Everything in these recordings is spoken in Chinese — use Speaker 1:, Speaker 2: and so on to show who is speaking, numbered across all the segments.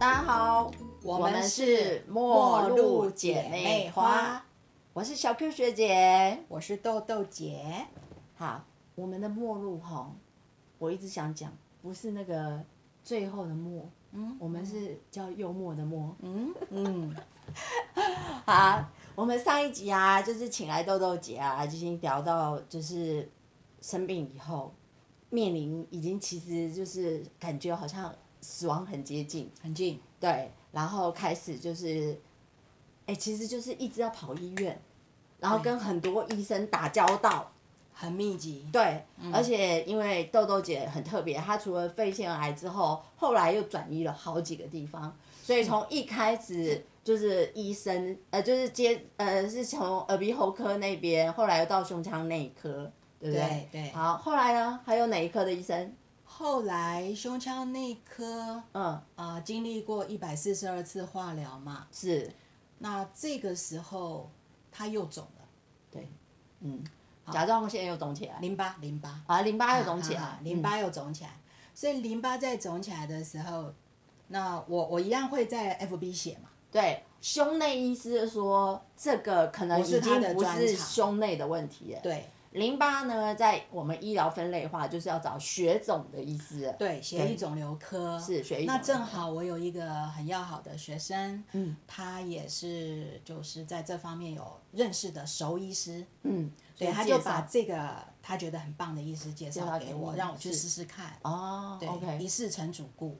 Speaker 1: 好，
Speaker 2: 我们是末路姐妹花，
Speaker 1: 我是小 Q 学姐。
Speaker 2: 我是豆豆姐。
Speaker 1: 好，我们的末路红，我一直想讲，不是那个最后的末，
Speaker 2: 嗯
Speaker 1: 我们是叫幽默的默。
Speaker 2: 嗯嗯，
Speaker 1: 好，我们上一集啊，就是请来豆豆姐啊，已经聊到就是生病以后，面临已经其实就是感觉好像死亡很接近，
Speaker 2: 很近。
Speaker 1: 对，然后开始就是，哎、其实就是一直要跑医院，然后跟很多医生打交道，
Speaker 2: 很密集，
Speaker 1: 对，
Speaker 2: 嗯
Speaker 1: 而且因为豆豆姐很特别，她除了肺腺癌之后，后来又转移了好几个地方，所以从一开始就是医生，呃，就是接，呃，是从耳鼻喉科那边，后来又到胸腔内科，对不对？
Speaker 2: 对对
Speaker 1: 好，后来呢，还有哪一科的医生？
Speaker 2: 后来胸腔内科
Speaker 1: 嗯，
Speaker 2: 啊、呃经历过一百四十二次化疗嘛，
Speaker 1: 是，
Speaker 2: 那这个时候它又肿了，
Speaker 1: 嗯，甲状腺又肿起来，
Speaker 2: 淋巴淋巴，
Speaker 1: 啊，淋巴又肿起来
Speaker 2: 啊，淋巴又肿起来，所以淋巴在肿起来的时候，那我我一样会在 FB 写嘛，
Speaker 1: 对，胸内医师说这个可能
Speaker 2: 不是
Speaker 1: 已
Speaker 2: 他
Speaker 1: 经
Speaker 2: 的
Speaker 1: 不
Speaker 2: 专
Speaker 1: 是
Speaker 2: 长
Speaker 1: 胸内的问题了。
Speaker 2: 对
Speaker 1: 淋巴呢，在我们医疗分类化，就是要找血肿的医师。
Speaker 2: 对，血液肿瘤科
Speaker 1: 是血液
Speaker 2: 那
Speaker 1: 肿瘤科
Speaker 2: 正好我有一个很要好的学生，
Speaker 1: 嗯，
Speaker 2: 他也是就是在这方面有认识的熟医师，
Speaker 1: 嗯，所以
Speaker 2: 他
Speaker 1: 介
Speaker 2: 就
Speaker 1: 绍
Speaker 2: 把这个他觉得很棒的医师介
Speaker 1: 介绍
Speaker 2: 绍
Speaker 1: 给
Speaker 2: 给我，
Speaker 1: 你
Speaker 2: 让我去
Speaker 1: 是
Speaker 2: 试试看。
Speaker 1: 哦
Speaker 2: 对一
Speaker 1: ，OK，
Speaker 2: 试成主顾，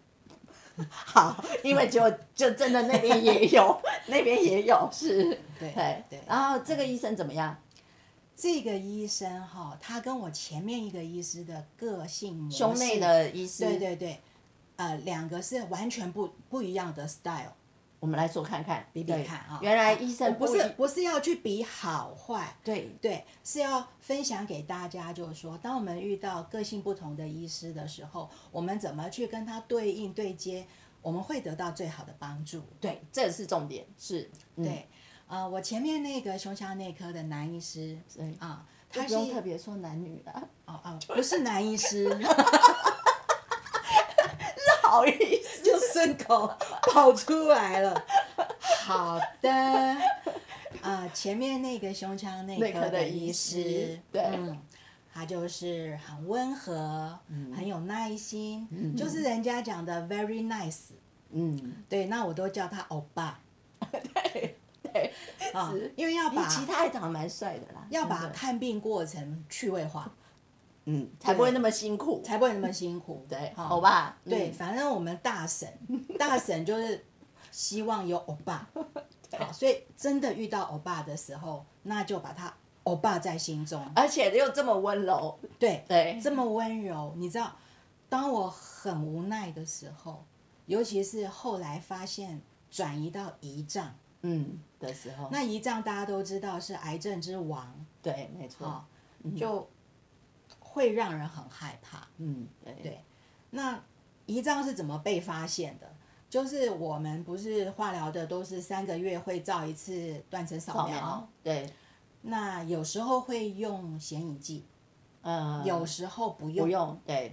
Speaker 1: 好，因为就就真的那边也 有，那边也有是，
Speaker 2: 对
Speaker 1: 对
Speaker 2: 对
Speaker 1: 然后这个医生怎么样？
Speaker 2: 这个医生哈、他跟我前面一个医师的个性模式
Speaker 1: 胸内，的医师，
Speaker 2: 对，对对，呃，两个是完全不不一样的 style。
Speaker 1: 我们来说看看，比
Speaker 2: 比看啊
Speaker 1: 哎原来医生
Speaker 2: 我不
Speaker 1: 一
Speaker 2: 是不是要去比好坏，
Speaker 1: 对
Speaker 2: 对，是要分享给大家，就是说，当我们遇到个性不同的医师的时候，我们怎么去跟他对应对接，我们会得到最好的帮助。
Speaker 1: 对，这是重点，是，嗯，
Speaker 2: 对，啊、我前面那个胸腔内科的男医师
Speaker 1: 对
Speaker 2: 啊、
Speaker 1: 就
Speaker 2: 他
Speaker 1: 不
Speaker 2: 是
Speaker 1: 用特别说男女啊，
Speaker 2: 哦 哦，不是男 医师，
Speaker 1: 好意思，
Speaker 2: 就顺口跑出来了。好的，啊、前面那个胸腔内
Speaker 1: 内科
Speaker 2: 科
Speaker 1: 的
Speaker 2: 的
Speaker 1: 医
Speaker 2: 医
Speaker 1: 师
Speaker 2: 师，
Speaker 1: 对
Speaker 2: 嗯，他就是很温和，
Speaker 1: 嗯
Speaker 2: 很有耐心，就是人家讲的 very nice。
Speaker 1: 嗯，
Speaker 2: 对，那我都叫他欧巴
Speaker 1: 对对，
Speaker 2: 啊
Speaker 1: 是，
Speaker 2: 因为要
Speaker 1: 因为
Speaker 2: 把
Speaker 1: 其他也长得蛮帅的啦，
Speaker 2: 要
Speaker 1: 真
Speaker 2: 把
Speaker 1: 的
Speaker 2: 看病过程趣味化，
Speaker 1: 嗯，才不会那么辛苦，
Speaker 2: 才不会那么辛苦。
Speaker 1: 对，
Speaker 2: 啊
Speaker 1: 好吧，
Speaker 2: 对，
Speaker 1: 嗯，
Speaker 2: 反正我们大婶， 大婶就是希望有欧巴，好，所以真的遇到欧巴的时候，那就把他欧巴在心中，
Speaker 1: 而且又这么温柔，
Speaker 2: 对，
Speaker 1: 对，
Speaker 2: 这么温柔，你知道，当我很无奈的时候，尤其是后来发现转移到胰脏，
Speaker 1: 嗯的时候，
Speaker 2: 那胰脏大家都知道是癌症之王，
Speaker 1: 对，没错
Speaker 2: 好，，就会让人很害怕，
Speaker 1: 嗯，对
Speaker 2: 对那胰脏是怎么被发现的？就是我们不是化疗的都是三个月会照一次断层扫
Speaker 1: 扫
Speaker 2: 描，
Speaker 1: 描，对，
Speaker 2: 那有时候会用显影剂，
Speaker 1: 呃，
Speaker 2: 有时候不用。
Speaker 1: 不用，对，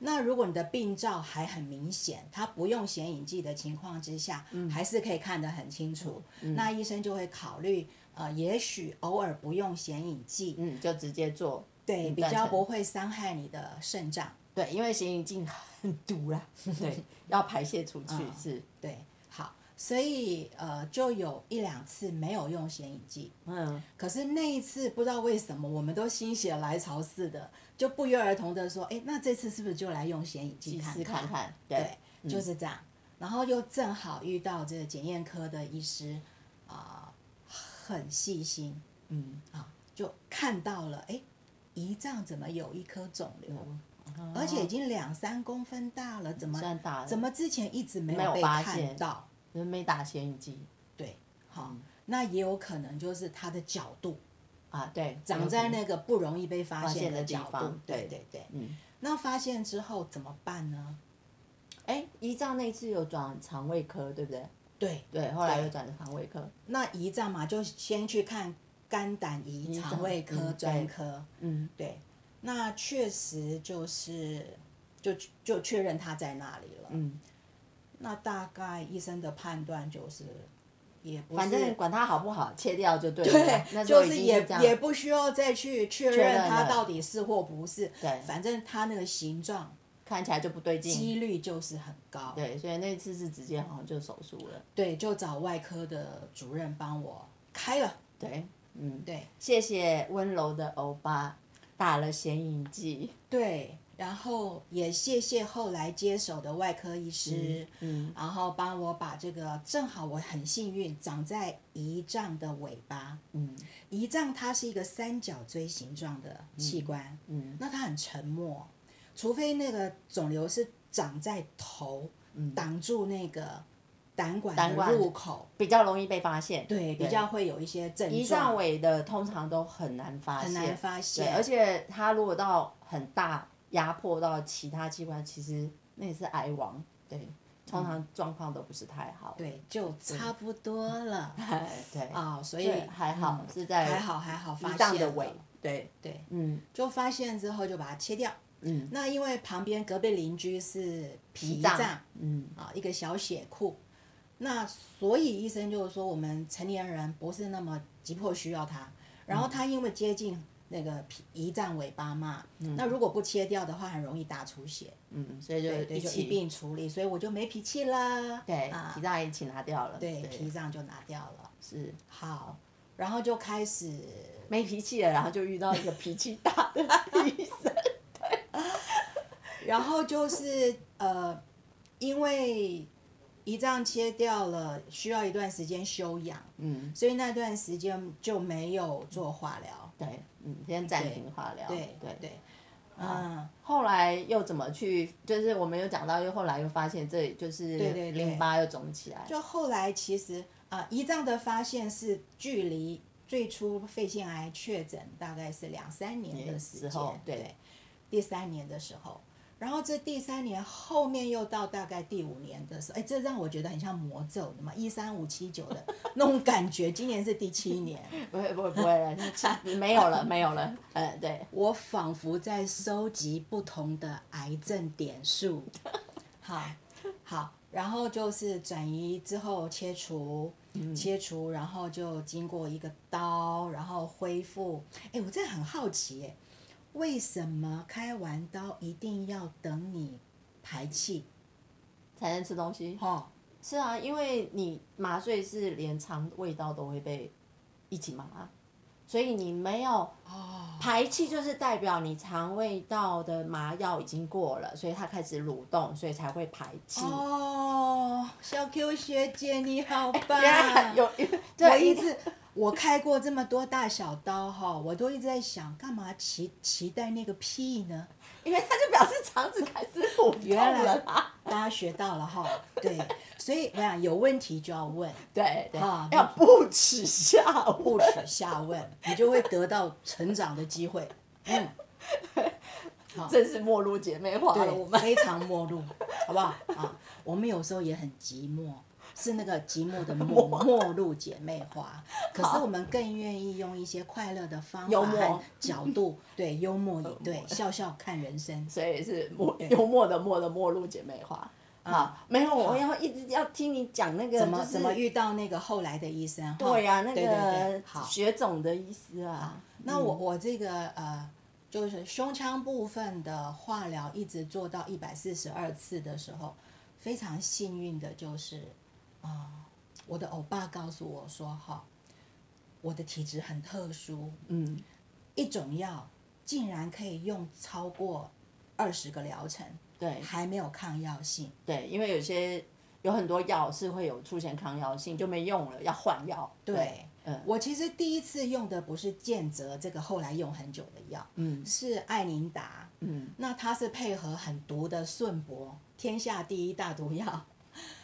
Speaker 2: 那如果你的病灶还很明显，它不用显影剂的情况之下，
Speaker 1: 嗯
Speaker 2: 还是可以看得很清楚。那医生就会考虑，呃，也许偶尔不用显影剂，
Speaker 1: 嗯，就直接做，
Speaker 2: 对，
Speaker 1: 嗯
Speaker 2: 比
Speaker 1: 断
Speaker 2: 较
Speaker 1: 层
Speaker 2: 不会伤害你的肾脏。
Speaker 1: 对，因为显影镜很毒 啦，对，要排泄出去
Speaker 2: 嗯
Speaker 1: 是，
Speaker 2: 对，好，所以呃，就有一两次没有用显影剂，
Speaker 1: 嗯，
Speaker 2: 可是那一次不知道为什么，我们都心血来潮似的，就不约而同的说，哎，那这次是不是就来用显影剂
Speaker 1: 医
Speaker 2: 看
Speaker 1: 师
Speaker 2: 看？
Speaker 1: 看嗯看，
Speaker 2: 对
Speaker 1: 对，，
Speaker 2: 就是这样。然后又正好遇到这个检验科的医师，啊、很细心
Speaker 1: 嗯，
Speaker 2: 啊，就看到了，哎，胰脏怎么有一颗肿瘤？
Speaker 1: 哦
Speaker 2: 而且已经两三公分大嗯了，怎么
Speaker 1: 算大了
Speaker 2: 怎么之前一直没
Speaker 1: 没有
Speaker 2: 有被
Speaker 1: 发现
Speaker 2: 看到？
Speaker 1: 人没打显影剂
Speaker 2: 对，好、
Speaker 1: 嗯
Speaker 2: 那也有可能就是它的角度
Speaker 1: 啊，对，
Speaker 2: 长在那个不容易被发
Speaker 1: 发
Speaker 2: 现
Speaker 1: 现的
Speaker 2: 的
Speaker 1: 地
Speaker 2: 角度
Speaker 1: 方，
Speaker 2: 对
Speaker 1: 对
Speaker 2: 对对。
Speaker 1: 嗯，
Speaker 2: 那发现之后怎么办呢？
Speaker 1: 哎，胰脏那次有转肠胃科，对不对？
Speaker 2: 对，
Speaker 1: 对，后来
Speaker 2: 对
Speaker 1: 又转肠胃科，
Speaker 2: 那胰脏嘛，就先去看肝胆胰肠胃科
Speaker 1: 嗯
Speaker 2: 专科。
Speaker 1: 嗯，
Speaker 2: 对，那确实就是就就确认他在那里了。
Speaker 1: 嗯，
Speaker 2: 那大概医生的判断就是，也不是
Speaker 1: 反正管它好不好，切掉就对了。那
Speaker 2: 对，
Speaker 1: 时候
Speaker 2: 就
Speaker 1: 已经
Speaker 2: 也
Speaker 1: 是这样
Speaker 2: 也不需要再去确认
Speaker 1: 认
Speaker 2: 它
Speaker 1: 了
Speaker 2: 到底是或不是，
Speaker 1: 对
Speaker 2: 反正它那个形状
Speaker 1: 看起来就不对劲。
Speaker 2: 几率就是很高。
Speaker 1: 对，所以那次是直接好像就手术了。
Speaker 2: 对，就找外科的主任帮我开了。
Speaker 1: 对，嗯，
Speaker 2: 对
Speaker 1: 谢谢温柔的欧巴打了显影剂。
Speaker 2: 对，然后也谢谢后来接手的外科医师，
Speaker 1: 嗯
Speaker 2: 然后帮我把这个正好我很幸运长在胰脏的尾巴，
Speaker 1: 嗯
Speaker 2: 胰脏它是一个三角锥形状的器官，
Speaker 1: 嗯
Speaker 2: 那它很沉默，除非那个肿瘤是长在头，
Speaker 1: 嗯，
Speaker 2: 挡住那个胆管
Speaker 1: 胆
Speaker 2: 的
Speaker 1: 管
Speaker 2: 入口，
Speaker 1: 比较容易被发现。
Speaker 2: 对，比较会有一些症
Speaker 1: 胰脏
Speaker 2: 状，
Speaker 1: 尾的通常都很难发现，
Speaker 2: 很难发
Speaker 1: 对，
Speaker 2: 现，
Speaker 1: 而且它如果到很大压迫到其他器官，其实那也是癌亡。对，
Speaker 2: 嗯
Speaker 1: 通常状况都不是太好。
Speaker 2: 对，就差不多了。
Speaker 1: 对，
Speaker 2: 啊、所以
Speaker 1: 对还好
Speaker 2: 嗯
Speaker 1: 是在
Speaker 2: 还好还好发
Speaker 1: 胰
Speaker 2: 现
Speaker 1: 脏的
Speaker 2: 了
Speaker 1: 尾，对，
Speaker 2: 对，
Speaker 1: 嗯
Speaker 2: 就发现之后就把它切掉。
Speaker 1: 嗯，
Speaker 2: 那因为旁边隔壁邻居是脾
Speaker 1: 胰
Speaker 2: 脏
Speaker 1: 脏
Speaker 2: 啊、
Speaker 1: 嗯
Speaker 2: 一个小血库，那所以医生就是说我们成年人不是那么急迫需要它，然后
Speaker 1: 嗯
Speaker 2: 它因为接近那个脾胰脏尾巴嘛，那如果不切掉的话，很容易大出血，
Speaker 1: 嗯，所以
Speaker 2: 对
Speaker 1: 就
Speaker 2: 对，
Speaker 1: 一
Speaker 2: 就一
Speaker 1: 起
Speaker 2: 并处理，所以我就没脾气啦，
Speaker 1: 对
Speaker 2: 啊
Speaker 1: 脾，脏一起拿掉了，
Speaker 2: 对，脾脏就拿掉了，
Speaker 1: 是
Speaker 2: 好，然后就开始
Speaker 1: 没脾气了，然后就遇到一个脾气大的 医生，
Speaker 2: 然后就是呃，因为胰脏切掉了，需要一段时间休养，
Speaker 1: 嗯，
Speaker 2: 所以那段时间就没有做化疗。
Speaker 1: 对，嗯，先暂停化疗，
Speaker 2: 对
Speaker 1: 对。
Speaker 2: 对，嗯，
Speaker 1: 后来又怎么去？就是我们有讲到，又后来又发现这里就是
Speaker 2: 对对对
Speaker 1: 淋巴又肿起来，
Speaker 2: 就后来其实啊、呃胰脏的发现是距离最初肺腺癌确诊大概是两三年的时
Speaker 1: 时候
Speaker 2: 间，
Speaker 1: 对
Speaker 2: 第三年的时候。然后这第三年后面又到大概第五年的时候，哎，这让我觉得很像魔咒的嘛，一三五七九的那种感觉。今年是第七年，
Speaker 1: 不会不会不会了，是没有了没有了，呃对，
Speaker 2: 我仿佛在收集不同的癌症点数。好，好，然后就是转移之后切除，切除，然后就经过一个刀，然后恢复。哎，我真的很好奇，哎，为什么开完刀一定要等你排气？
Speaker 1: 才能吃东西。
Speaker 2: 哦，
Speaker 1: 是啊，因为你麻醉是连肠胃道都会被一起麻，所以你没有
Speaker 2: 哦，
Speaker 1: 排气，就是代表你肠胃道的麻药已经过了，所以它开始蠕动，所以才会排气。
Speaker 2: 哦，小 Q 学姐你好棒！
Speaker 1: 原来有，
Speaker 2: 我
Speaker 1: 对，
Speaker 2: 一直我开过这么多大小刀哈，我都一直在想，干嘛期期待那个屁呢？
Speaker 1: 因为它就表示肠子开始蠕动
Speaker 2: 原来
Speaker 1: 了啦。
Speaker 2: 大家学到了哈，对，所以我想有问题就要问，
Speaker 1: 对对
Speaker 2: 啊，
Speaker 1: 要不耻下
Speaker 2: 不
Speaker 1: 问。
Speaker 2: 耻下问，你就会得到成长的机会。嗯，
Speaker 1: 真是陌路姐妹花了，我
Speaker 2: 对，
Speaker 1: 们
Speaker 2: 非常陌路，好不好啊？我们有时候也很寂寞。是那个寂寞的陌陌路姐妹花，可是我们更愿意用一些快乐的方法
Speaker 1: 幽默
Speaker 2: 和角度，对 幽默以对，笑笑看人生。
Speaker 1: 所以是陌幽默的默的陌路姐妹花。啊，没有，我要一直要听你讲那个
Speaker 2: 嗯怎么、
Speaker 1: 就是
Speaker 2: 怎么遇到那个后来的医生？哈
Speaker 1: 对呀、那
Speaker 2: 对对对
Speaker 1: 个
Speaker 2: 好。
Speaker 1: 血肿的意思啊。
Speaker 2: 那我我这个呃，就是胸腔部分的化疗一直做到一百四十二次的时候，非常幸运的就是，啊、我的欧巴告诉我说，哈，我的体质很特殊，
Speaker 1: 嗯，
Speaker 2: 一种药竟然可以用超过二十个疗程，
Speaker 1: 对
Speaker 2: 还没有抗药性。
Speaker 1: 对，因为有些有很多药是会有出现抗药性，就没用了，要换药。
Speaker 2: 对，
Speaker 1: 嗯
Speaker 2: 我其实第一次用的不是健泽这个后来用很久的药，
Speaker 1: 嗯
Speaker 2: 是艾琳达，
Speaker 1: 嗯，
Speaker 2: 那它是配合很毒的顺铂，天下第一大毒药，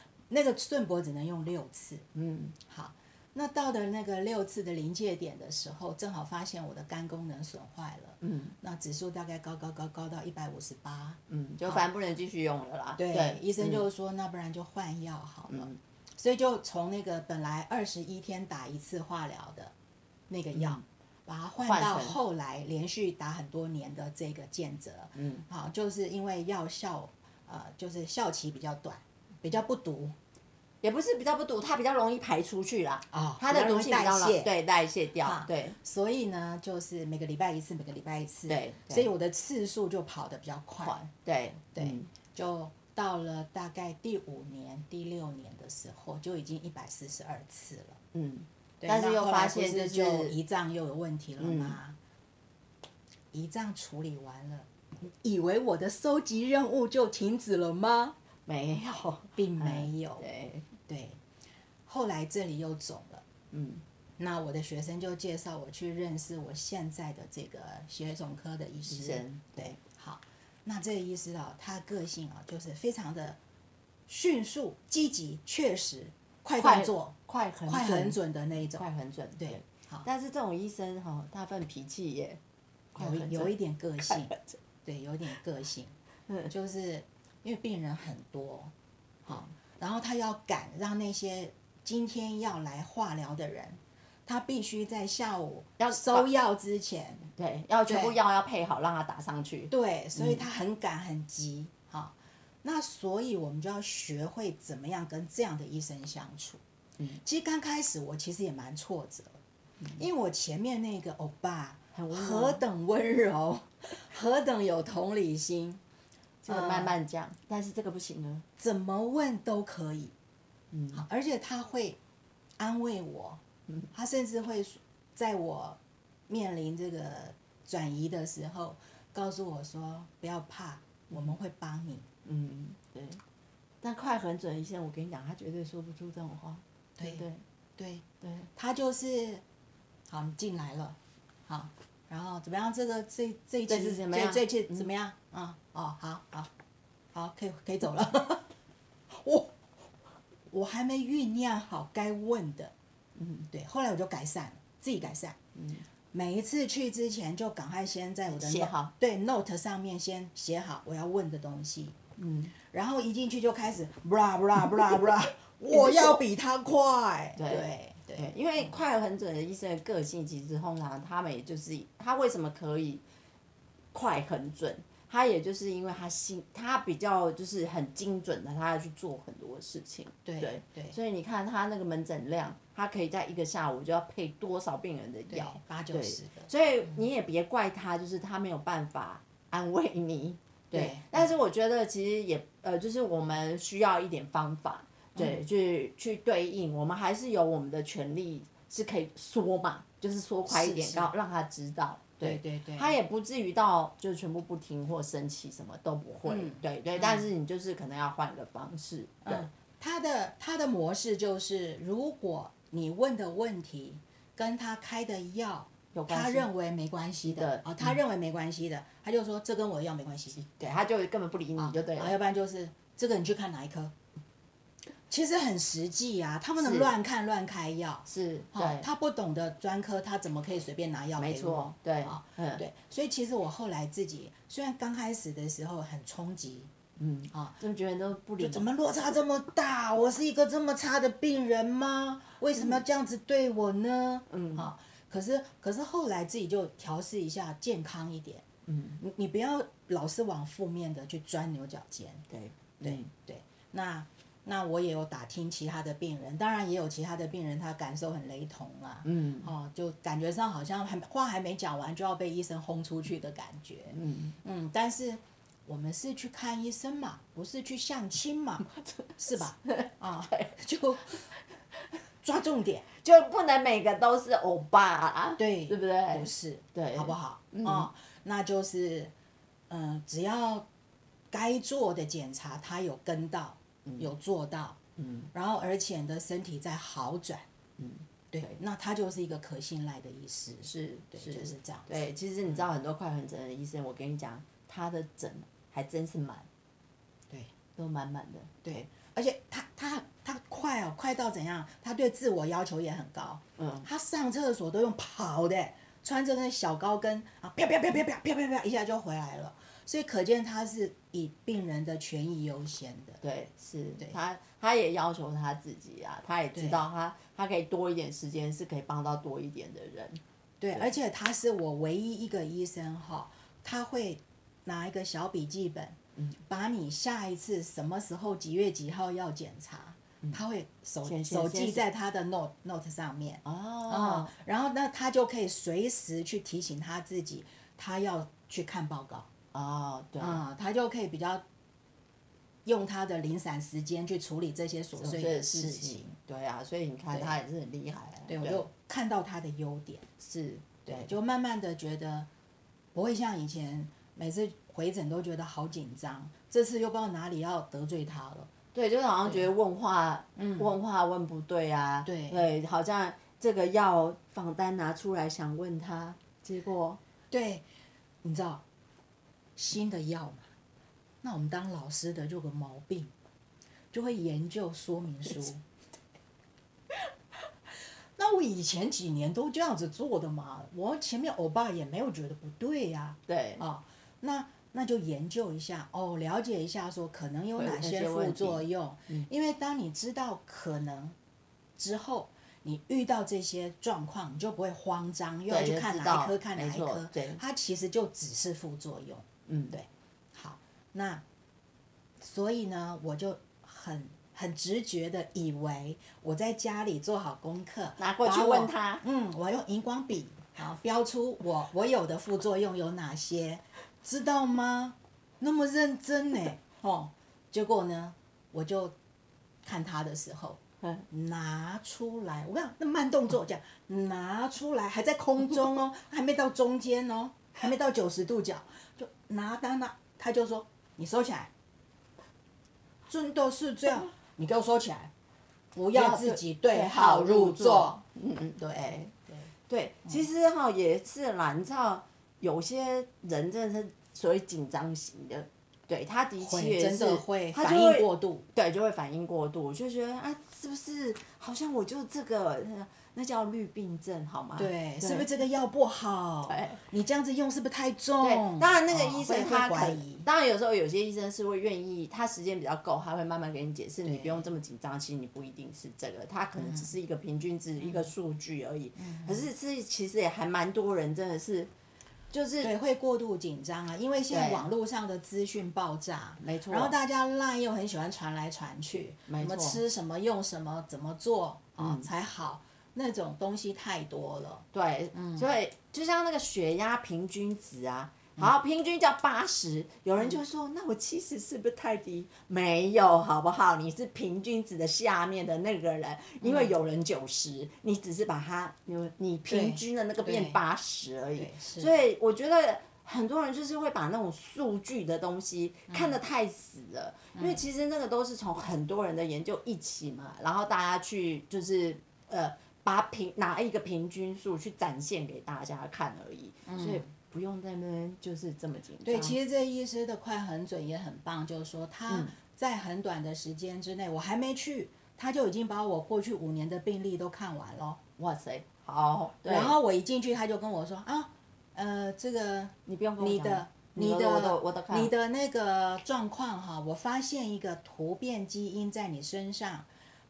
Speaker 2: 那个顺铂只能用六次。
Speaker 1: 嗯
Speaker 2: 好，那到的那个六次的临界点的时候，正好发现我的肝功能损坏了，
Speaker 1: 嗯
Speaker 2: 那指数大概高高高高到一百五十八。
Speaker 1: 嗯，就反正不能继续用了啦。
Speaker 2: 对，医生
Speaker 1: 嗯
Speaker 2: 就说、那不然就换药好了，
Speaker 1: 嗯
Speaker 2: 所以就从那个本来二十一天打一次化疗的那个药，把它换
Speaker 1: 嗯换
Speaker 2: 到
Speaker 1: 成
Speaker 2: 后来连续打很多年的这个健泽，
Speaker 1: 嗯
Speaker 2: 好，就是因为药效呃就是效期比较短，比较不毒
Speaker 1: 也不是比较不毒，它比较容易排出去啦。
Speaker 2: 啊
Speaker 1: 它的毒性比
Speaker 2: 代
Speaker 1: 较容
Speaker 2: 谢，
Speaker 1: 对代谢掉
Speaker 2: 啊，
Speaker 1: 对
Speaker 2: 所以呢，就是每个礼拜一次，每个礼拜一次，
Speaker 1: 对对
Speaker 2: 所以我的次数就跑得比较快，
Speaker 1: 对对
Speaker 2: 嗯就到了大概第五年、第六年的时候，就已经一百四十二次了。
Speaker 1: 嗯，
Speaker 2: 对
Speaker 1: 但是
Speaker 2: 那
Speaker 1: 又
Speaker 2: 后
Speaker 1: 发
Speaker 2: 来不
Speaker 1: 现就是嗯是
Speaker 2: 就胰脏又有问题了嘛，胰脏处理完了，以为我的收集任务就停止了吗？
Speaker 1: 没有，
Speaker 2: 并没有，
Speaker 1: 对，
Speaker 2: 对，后来这里又肿了。
Speaker 1: 嗯
Speaker 2: 那我的学生就介绍我去认识我现在的这个血肿科的医
Speaker 1: 医
Speaker 2: 师。
Speaker 1: 生
Speaker 2: 对，好，那这个医师啊，他个性啊，就是非常的迅速、积极、确实、快动作、
Speaker 1: 快很
Speaker 2: 快很
Speaker 1: 准，
Speaker 2: 准的那一种。
Speaker 1: 快很准，
Speaker 2: 对，好，
Speaker 1: 但是这种医生哈、大部分脾气也快
Speaker 2: 有
Speaker 1: 很
Speaker 2: 一
Speaker 1: 准
Speaker 2: 哦有一点个性
Speaker 1: 很，
Speaker 2: 对，有一点个性，就是因为病人很多，好，然后他要赶让那些今天要来化疗的人，他必须在下午
Speaker 1: 要
Speaker 2: 收药之前，
Speaker 1: 对，要全部
Speaker 2: 对
Speaker 1: 药要配好，让他打上去。
Speaker 2: 对，所以他很赶很急，好，那所以我们就要学会怎么样跟这样的医生相处。嗯，其实刚开始我其实也蛮挫折，因为我前面那个欧巴
Speaker 1: 很温柔啊
Speaker 2: 何等温柔， 何等有同理心，
Speaker 1: 这个慢慢降，但是这个不行啊。
Speaker 2: 怎么问都可以，嗯，好，而且他会安慰我，嗯，他甚至会在我面临这个转移的时候，告诉我说不要怕，我们会帮你，
Speaker 1: 嗯，对。但快很准医生，我跟你讲，他绝对说不出这种话，对不对？
Speaker 2: 对，
Speaker 1: 对，
Speaker 2: 他就是好，你进来了，好，然后怎么样？这个这这一
Speaker 1: 这
Speaker 2: 期
Speaker 1: 次怎么样嗯
Speaker 2: 这这期怎么样？啊、哦，好好好，可以可以走了。 我我还没酝酿好该问的，嗯，对。后来我就改善了，自己改善。
Speaker 1: 嗯，
Speaker 2: 每一次去之前就赶快先在我的
Speaker 1: 写
Speaker 2: note-
Speaker 1: 好
Speaker 2: 对 note 上面先写好我要问的东西，
Speaker 1: 嗯，
Speaker 2: 然后一进去就开始 bra bra bra bra，我要比他快，
Speaker 1: 对
Speaker 2: 对
Speaker 1: 对，因为快很准的医生的个性，其实通常他们也就是他为什么可以快很准，他也就是因为他心他比较就是很精准的，他要去做很多事情。
Speaker 2: 对
Speaker 1: 对
Speaker 2: 对
Speaker 1: 所以你看他那个门诊量，他可以在一个下午就要配多少病人的
Speaker 2: 对
Speaker 1: 药，
Speaker 2: 八九
Speaker 1: 对
Speaker 2: 十个，
Speaker 1: 所以你也别怪他，就是他没有办法安慰你。对，
Speaker 2: 嗯对
Speaker 1: 但是我觉得其实也呃，就是我们需要一点方法，
Speaker 2: 嗯
Speaker 1: 对，去去对应，我们还是有我们的权利是可以说嘛，就是说快一点，
Speaker 2: 是是
Speaker 1: 让让他知道。
Speaker 2: 对对对，
Speaker 1: 他也不至于到就是全部不听或生气，什么都不会。
Speaker 2: 嗯
Speaker 1: 对对，但是你就是可能要换个方式。对，
Speaker 2: 嗯，他的他的模式就是，如果你问的问题跟他开的药，
Speaker 1: 有关
Speaker 2: 他
Speaker 1: 系
Speaker 2: 认为没关系的
Speaker 1: 的，嗯
Speaker 2: 哦，他认为没关系的，他就说这跟我的药没关系，
Speaker 1: 对，他就根本不理你就对
Speaker 2: 然
Speaker 1: 了。
Speaker 2: 后要不然就是这个你去看哪一科，其实很实际啊，他们能
Speaker 1: 是
Speaker 2: 乱看乱开药，
Speaker 1: 是，
Speaker 2: 哦
Speaker 1: 对，，
Speaker 2: 他不懂的专科，他怎么可以随便拿药给我？
Speaker 1: 没错，对
Speaker 2: 啊，
Speaker 1: 嗯，
Speaker 2: 对，所以其实我后来自己虽然刚开始的时候很冲击，
Speaker 1: 嗯，
Speaker 2: 啊
Speaker 1: 真的觉得都不理
Speaker 2: 就
Speaker 1: 你
Speaker 2: 怎么落差这么大？我是一个这么差的病人吗？为什么要这样子对我呢？
Speaker 1: 嗯
Speaker 2: 啊，可是可是后来自己就调试一下，健康一点。
Speaker 1: 嗯，
Speaker 2: 你你不要老是往负面的去钻牛角尖。
Speaker 1: 对
Speaker 2: 对、
Speaker 1: 对
Speaker 2: 对，那那我也有打听其他的病人，当然也有其他的病人他感受很雷同啊。
Speaker 1: 嗯
Speaker 2: 哦，就感觉上好像还话还没讲完就要被医生轰出去的感觉。
Speaker 1: 嗯，
Speaker 2: 嗯，但是我们是去看医生嘛，不是去相亲 嘛，是吧？啊，就抓重点，
Speaker 1: 就不能每个都是欧巴啊，
Speaker 2: 对
Speaker 1: 对不对
Speaker 2: 不？是，
Speaker 1: 对嗯
Speaker 2: 好不好？哦，那就是，嗯、只要该做的检查他有跟到，有做到，
Speaker 1: 嗯，
Speaker 2: 然后而且你的身体在好转，
Speaker 1: 嗯，
Speaker 2: 对，
Speaker 1: 对
Speaker 2: 那他就是一个可信赖的医师，
Speaker 1: 是
Speaker 2: 对，
Speaker 1: 是
Speaker 2: 就是这样子，
Speaker 1: 对，其实你知道很多快很诊的医生，我跟你讲，他的诊还真是满，
Speaker 2: 对，
Speaker 1: 都满满的。
Speaker 2: 对，而且他他他快哦，快到怎样？他对自我要求也很高。
Speaker 1: 嗯，
Speaker 2: 他上厕所都用跑的，穿着那小高跟啊，啪啪啪啪啪啪啪啪一下就回来了。所以可见他是以病人的权益优先的。
Speaker 1: 对，是
Speaker 2: 对
Speaker 1: 他，他也要求他自己啊，他也知
Speaker 2: 对
Speaker 1: 道他，他可以多一点时间，是可以帮到多一点的人。
Speaker 2: 对，而且他是我唯一一个医生哈，他会拿一个小笔记本，
Speaker 1: 嗯
Speaker 2: 把你下一次什么时候几月几号要检查，他会手
Speaker 1: 嗯先先
Speaker 2: 手
Speaker 1: 先
Speaker 2: 记在他的 note note 上面。啊
Speaker 1: 哦，
Speaker 2: 然后那他就可以随时去提醒他自己，他要去看报告
Speaker 1: 哦，对，
Speaker 2: 啊、他就可以比较用他的零散时间去处理这些琐碎
Speaker 1: 所以
Speaker 2: 的
Speaker 1: 事
Speaker 2: 事
Speaker 1: 情
Speaker 2: 情。，
Speaker 1: 对啊，所以你看他也是很厉害啊，对
Speaker 2: 对，我就看到他的优点，
Speaker 1: 是，对，
Speaker 2: 就慢慢的觉得不会像以前每次回诊都觉得好紧张，这次又不知道哪里要得罪他了。
Speaker 1: 对，就是好像觉得问话，问话问不对啊，
Speaker 2: 嗯对
Speaker 1: 好像这个药仿单拿出来想问他，结果
Speaker 2: 对，你知道新的药嘛？那我们当老师的就有个毛病，就会研究说明书。那我以前几年都这样子做的嘛，我前面欧巴也没有觉得不对呀、
Speaker 1: 对
Speaker 2: 啊，，那那就研究一下哦，了解一下说可能有
Speaker 1: 会有
Speaker 2: 哪
Speaker 1: 哪
Speaker 2: 些
Speaker 1: 些问题
Speaker 2: 副
Speaker 1: 嗯
Speaker 2: 作用，因为当你知道可能之后，你遇到这些状况，你就不会慌张，又要
Speaker 1: 对
Speaker 2: 去
Speaker 1: 就
Speaker 2: 看
Speaker 1: 知
Speaker 2: 哪
Speaker 1: 道
Speaker 2: 一科看哪
Speaker 1: 没
Speaker 2: 一
Speaker 1: 错
Speaker 2: 科
Speaker 1: 对，
Speaker 2: 它其实就只是副作用。
Speaker 1: 嗯，
Speaker 2: 对好，那所以呢，我就很很直觉的以为我在家里做好功课，
Speaker 1: 拿过去
Speaker 2: 把我
Speaker 1: 问他
Speaker 2: 嗯，我用荧光笔好标出我我有的副作用有哪些，知道吗？那么认真呢，哦，结果呢，我就看他的时候。
Speaker 1: 嗯
Speaker 2: 呃拿出来，我跟你讲，那慢动作这样拿出来，还在空中哦， 还没到中间哦，还没到九十度角，就拿拿拿，他就说你收起来，真的是这样，你给我收起来，不要自己对号入座，
Speaker 1: 嗯嗯，
Speaker 2: 对对
Speaker 1: 对，
Speaker 2: 嗯
Speaker 1: 其实哈也是啦，你知道有些人真的是所谓紧张型的，对他的
Speaker 2: 会
Speaker 1: 确
Speaker 2: 真
Speaker 1: 是
Speaker 2: 的会
Speaker 1: 他就
Speaker 2: 反应
Speaker 1: 会
Speaker 2: 过度，
Speaker 1: 对，就会反应过度，就觉得啊，是不是好像我就这个那那叫绿病症好吗？
Speaker 2: 对，哎是不是这个药不好
Speaker 1: 对？
Speaker 2: 你这样子用是不是太重？
Speaker 1: 对，当然那个
Speaker 2: 哦
Speaker 1: 医生
Speaker 2: 会会
Speaker 1: 他
Speaker 2: 怀
Speaker 1: 可
Speaker 2: 疑
Speaker 1: 以，当然有时候有些医生是会愿意，他时间比较够，他会慢慢给你解释，你
Speaker 2: 对
Speaker 1: 不用这么紧张。其实你不一定是这个，他可能只是一个平均值、一个数据而已。
Speaker 2: 嗯
Speaker 1: 可是这其实也还蛮多人真的是，就是
Speaker 2: 对，会过度紧张啊，因为现在
Speaker 1: 对
Speaker 2: 网络上的资讯爆炸，
Speaker 1: 没错
Speaker 2: 然后大家烂又很喜欢传来传去，
Speaker 1: 没
Speaker 2: 什么
Speaker 1: 错嗯
Speaker 2: 吃什么用什么怎么做啊、才好，那种东西太多了。
Speaker 1: 对，
Speaker 2: 嗯
Speaker 1: 所以就像那个血压平均值啊。好，平均叫八十，有人就说，那我七十是不是太低？没有，好不好？你是平均值的下面的那个人，因为有人九十，你只是把它，你你平均的那个变
Speaker 2: 对
Speaker 1: 八十而已
Speaker 2: 对。是
Speaker 1: 所以我觉得很多人就是会把那种数据的东西看得太死了，因为其实那个都是从很多人的研究一起嘛，然后大家去就是呃把平拿一个平均数去展现给大家看而已，所以不用在那边就是这么紧张。
Speaker 2: 对，嗯其实这医师的快很准也很棒，就是说
Speaker 1: 嗯
Speaker 2: 他在很短的时间之内，我还没去，他就已经把我过去五年的病例都看完了。
Speaker 1: 哇塞，好，对
Speaker 2: 然后我一进去，他就跟我说啊，呃，这个
Speaker 1: 你不用跟我
Speaker 2: 你
Speaker 1: 讲
Speaker 2: 的
Speaker 1: 了。
Speaker 2: 你的
Speaker 1: 我都我都看了
Speaker 2: 你的那个状况哈，我发现一个突变基因在你身上，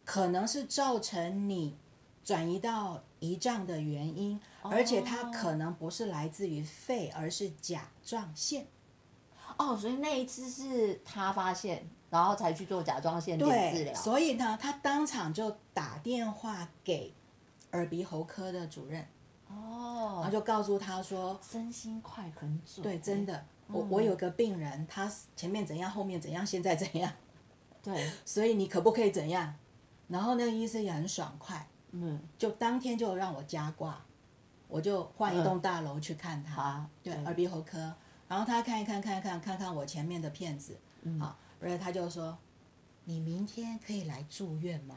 Speaker 2: 可能是造成你转移到胰脏的原因，
Speaker 1: 哦
Speaker 2: 而且它可能不是来自于肺，而是甲状腺。
Speaker 1: 哦，所以那一次是他发现，然后才去做甲状腺点治
Speaker 2: 对，
Speaker 1: 疗。
Speaker 2: 所以呢，他当场就打电话给耳鼻喉科的主任，
Speaker 1: 哦，
Speaker 2: 然后就告诉他说，
Speaker 1: 真心快很准。
Speaker 2: 对，真的，我
Speaker 1: 嗯
Speaker 2: 我有个病人，他前面怎样，后面怎样，现在怎样。
Speaker 1: 对，
Speaker 2: 所以你可不可以怎样？然后那个医生也很爽快，
Speaker 1: 嗯，
Speaker 2: 就当天就让我加挂，我就换一栋大楼去看他，
Speaker 1: 啊
Speaker 2: 对，
Speaker 1: 嗯
Speaker 2: 耳鼻喉科，然后他看一看，看一看，看看我前面的片子，好，然后他就说，你明天可以来住院吗？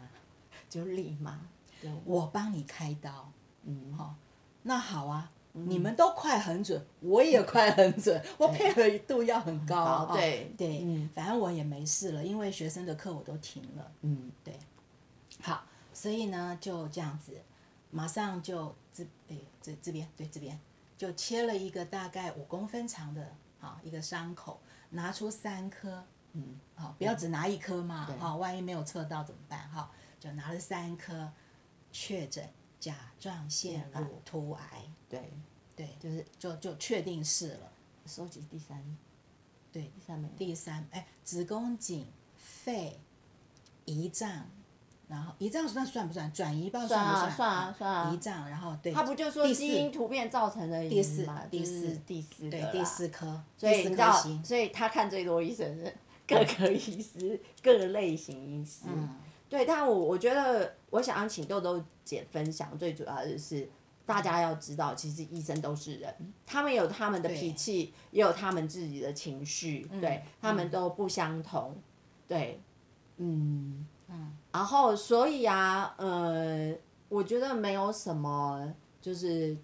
Speaker 1: 就立马，对，
Speaker 2: 我帮你开刀，
Speaker 1: 嗯，
Speaker 2: 好、那好啊。你们都快很准，我也快很准，我配合度要很高
Speaker 1: 好
Speaker 2: 啊。
Speaker 1: 对
Speaker 2: 对，
Speaker 1: 嗯
Speaker 2: 反正我也没事了，因为学生的课我都停了。
Speaker 1: 嗯，
Speaker 2: 好，所以呢就这样子，马上就这哎这这边对这边就切了一个大概五公分长的啊一个伤口，拿出三颗，嗯，好，不要只拿一颗嘛，啊，万一没有测到怎么办？哈，就拿了三颗，确诊甲状腺
Speaker 1: 腺癌
Speaker 2: 乳突癌，
Speaker 1: 对，
Speaker 2: 对，
Speaker 1: 就是
Speaker 2: 就就确定是了。
Speaker 1: 收集第三，
Speaker 2: 对，
Speaker 1: 第三没有
Speaker 2: 第三，哎，子宫颈、肺、胰脏，然后胰脏那算不算？转移不知道
Speaker 1: 算
Speaker 2: 不
Speaker 1: 啊
Speaker 2: 算？
Speaker 1: 算啊算啊
Speaker 2: 胰脏，然后对，
Speaker 1: 他不就说
Speaker 2: 第四
Speaker 1: 基因突变造成的
Speaker 2: 第
Speaker 1: 遗
Speaker 2: 四
Speaker 1: 嘛？
Speaker 2: 第
Speaker 1: 就是
Speaker 2: 四
Speaker 1: 第四
Speaker 2: 对
Speaker 1: 个
Speaker 2: 第
Speaker 1: 啦
Speaker 2: 四颗，
Speaker 1: 所以你
Speaker 2: 第四
Speaker 1: 知
Speaker 2: 颗
Speaker 1: 道
Speaker 2: 星，，
Speaker 1: 所以他看最多医生是各科医师、各类型医师。对，但我我觉得我想要请豆豆姐分享，最主要就是大家要知道，其实医生都是人，他们有他们的脾气，也有他们自己的情绪，对他们都不相同。对，嗯嗯，然后所以啊，呃，我觉得没有什么，就是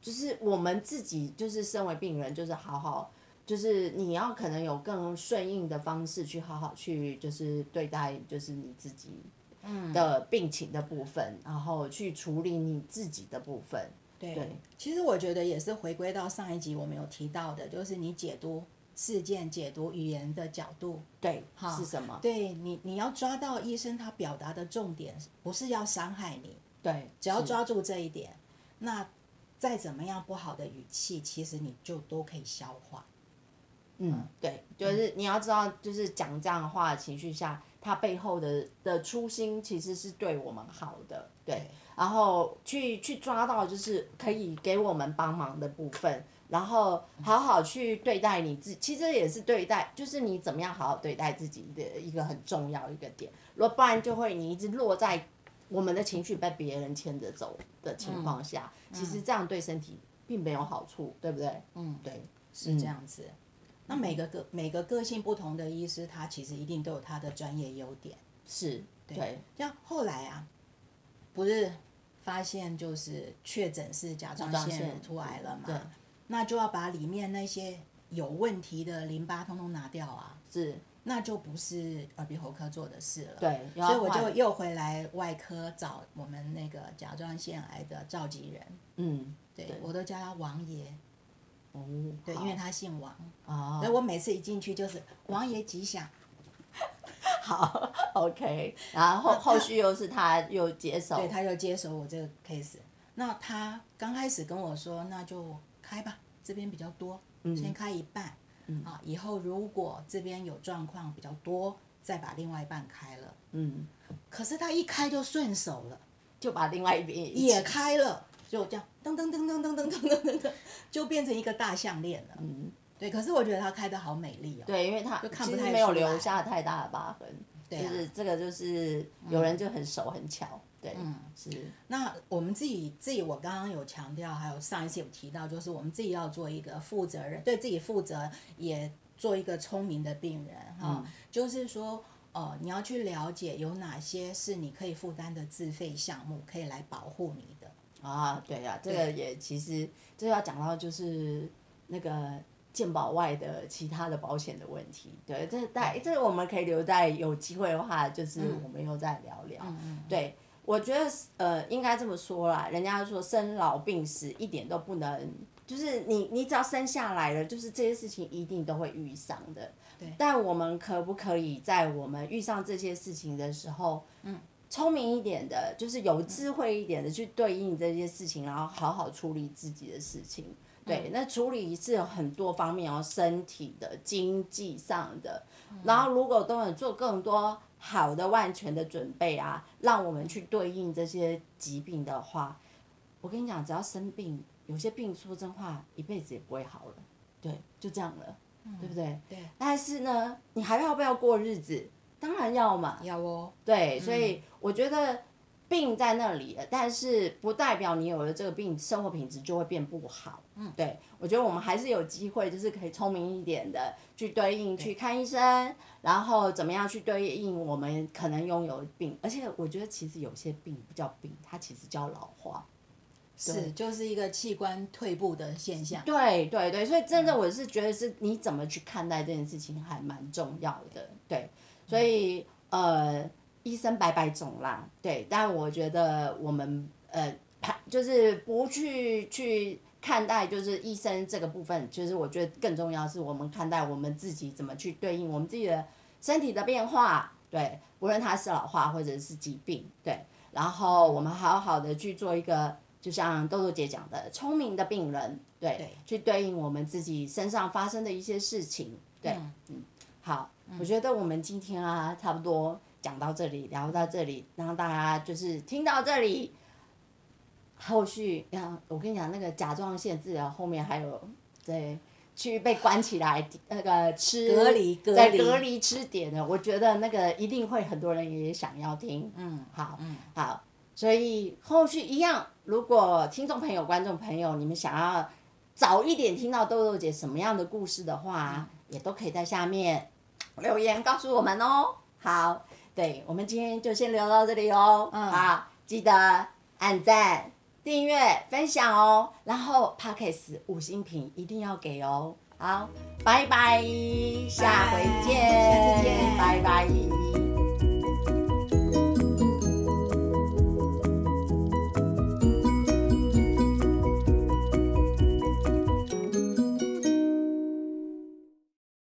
Speaker 1: 就是我们自己，就是身为病人，就是好好。就是你要可能有更顺应的方式去好好去就是对待就是你自己的病情的部分，然后去处理你自己的部分。
Speaker 2: 对，其实我觉得也是回归到上一集我们有提到的，就是你解读事件、解读语言的角度，
Speaker 1: 对，是什么？
Speaker 2: 对你你要抓到医生他表达的重点，不是要伤害你，
Speaker 1: 对，
Speaker 2: 只要
Speaker 1: 是
Speaker 2: 抓住这一点，那再怎么样不好的语气，其实你就都可以消化。
Speaker 1: 嗯，对，就是你要知道，就是讲这样的话的情绪下，他背后的的初心其实是对我们好的，对，然后去去抓到就是可以给我们帮忙的部分，然后好好去对待你自己，其实也是对待，就是你怎么样好好对待自己的一个很重要一个点，若不然就会你一直落在我们的情绪被别人牵着走的情况下，其实这样对身体并没有好处，对不对？嗯，对，
Speaker 2: 是这样子。那每个个每个个性不同的医师，他其实一定都有他的专业优点。
Speaker 1: 是，对。
Speaker 2: 像后来啊，不是发现就是确诊是甲状
Speaker 1: 甲状
Speaker 2: 腺
Speaker 1: 腺
Speaker 2: 乳突癌了嘛？
Speaker 1: 对
Speaker 2: 那就要把里面那些有问题的淋巴通通拿掉啊，
Speaker 1: 是，
Speaker 2: 那就不是耳鼻喉科做的事了。
Speaker 1: 对要
Speaker 2: 所以我就
Speaker 1: 换
Speaker 2: 又回来外科找我们那个甲状腺癌的召集人，
Speaker 1: 嗯，
Speaker 2: 对我都叫他王爷，
Speaker 1: 哦，
Speaker 2: 对，因为他姓王。
Speaker 1: 啊，
Speaker 2: 所以我每次一进去就是王爷吉祥，
Speaker 1: 好，OK，然后后续又是他又接手，
Speaker 2: 对，他就接手我这个 case。那他刚开始跟我说，那就开吧，这边比较多，先开一半。啊，以后如果这边有状况比较多，再把另外一半开了。
Speaker 1: 嗯，
Speaker 2: 可是他一开就顺手了，
Speaker 1: 就把另外一边也一
Speaker 2: 也
Speaker 1: 起
Speaker 2: 开了，就这样噔噔噔噔噔噔噔噔噔噔，就变成一个大项链了。嗯，对。可是我觉得他开的好美丽哦。
Speaker 1: 对，因为他
Speaker 2: 就看
Speaker 1: 其
Speaker 2: 不
Speaker 1: 实
Speaker 2: 太
Speaker 1: 没有
Speaker 2: 出
Speaker 1: 留
Speaker 2: 来
Speaker 1: 下太大的疤痕，
Speaker 2: 对
Speaker 1: 就
Speaker 2: 啊嗯
Speaker 1: 是这个就是有人就很熟很巧，对，是，
Speaker 2: 那我们自己自己，我刚刚有强调，还有上一次有提到，就是我们自己要做一个负责任，对自己负责，也做一个聪明的病人哈、就是说，呃，你要去了解有哪些是你可以负担的自费项目，可以来保护你的。
Speaker 1: 啊，对呀、这个也其实这要讲到就是那个健保外的其他的保险的问题，对，嗯这在这我们可以留在有机会的话，就是我们又再聊聊。对，我觉得呃应该这么说啦，人家说生老病死一点都不能，就是你你只要生下来了，就是这些事情一定都会遇上的。对，但我们可不可以在我们遇上这些事情的时候，聪明一点的，就是有智慧一点的去对应这些事情，然后好好处理自己的事情。对，那处理是有很多方面哦，身体的、经济上的，然后如果都能做更多好的、万全的准备啊，让我们去对应这些疾病的话，我跟你讲，只要生病，有些病说真话，一辈子也不会好了，对，就这样了，对不对？
Speaker 2: 对，
Speaker 1: 但是呢，你还要不要过日子？当然要嘛，
Speaker 2: 要哦，
Speaker 1: 对，所以我觉得病在那里了，但是不代表你有了这个病，生活品质就会变不好。嗯，对，我觉得我们还是有机会，就是可以聪明一点的去对应去看医生，然后怎么样去对应我们可能拥有的病。而且我觉得其实有些病不叫病，它其实叫老化。
Speaker 2: 是就是一个器官退步的现象。
Speaker 1: 对对对，所以真的我是觉得是你怎么去看待这件事情还蛮重要的，对，所以呃，医生百百种啦，对，但我觉得我们呃，怕就是不去去看待就是医生这个部分，就是我觉得更重要是我们看待我们自己怎么去对应我们自己的身体的变化，对，无论它是老化或者是疾病，对，然后我们好好的去做一个，就像豆豆姐讲的，聪明的病人，对，
Speaker 2: 对
Speaker 1: 去对应我们自己身上发生的一些事情，对，嗯，好，我觉得我们今天啊，差不多讲到这里，聊到这里，让大家就是听到这里，后续呀，我跟你讲，那个甲状腺治疗后面还有对。去被关起来，那个吃
Speaker 2: 隔离隔
Speaker 1: 对
Speaker 2: 离
Speaker 1: 隔离吃点的，我觉得那个一定会很多人也想要听。
Speaker 2: 嗯，
Speaker 1: 好，
Speaker 2: 嗯，
Speaker 1: 好，所以后续一样，如果听众朋友、观众朋友，你们想要早一点听到豆豆姐什么样的故事的话，也都可以在下面留言告诉我们哦。好，对，我们今天就先聊到这里哦。
Speaker 2: 嗯
Speaker 1: 好，记得按赞、订阅、分享哦，然后 p o c k e t 五星评一定要给哦。好，拜拜，下回见，
Speaker 2: 下次见
Speaker 1: 拜拜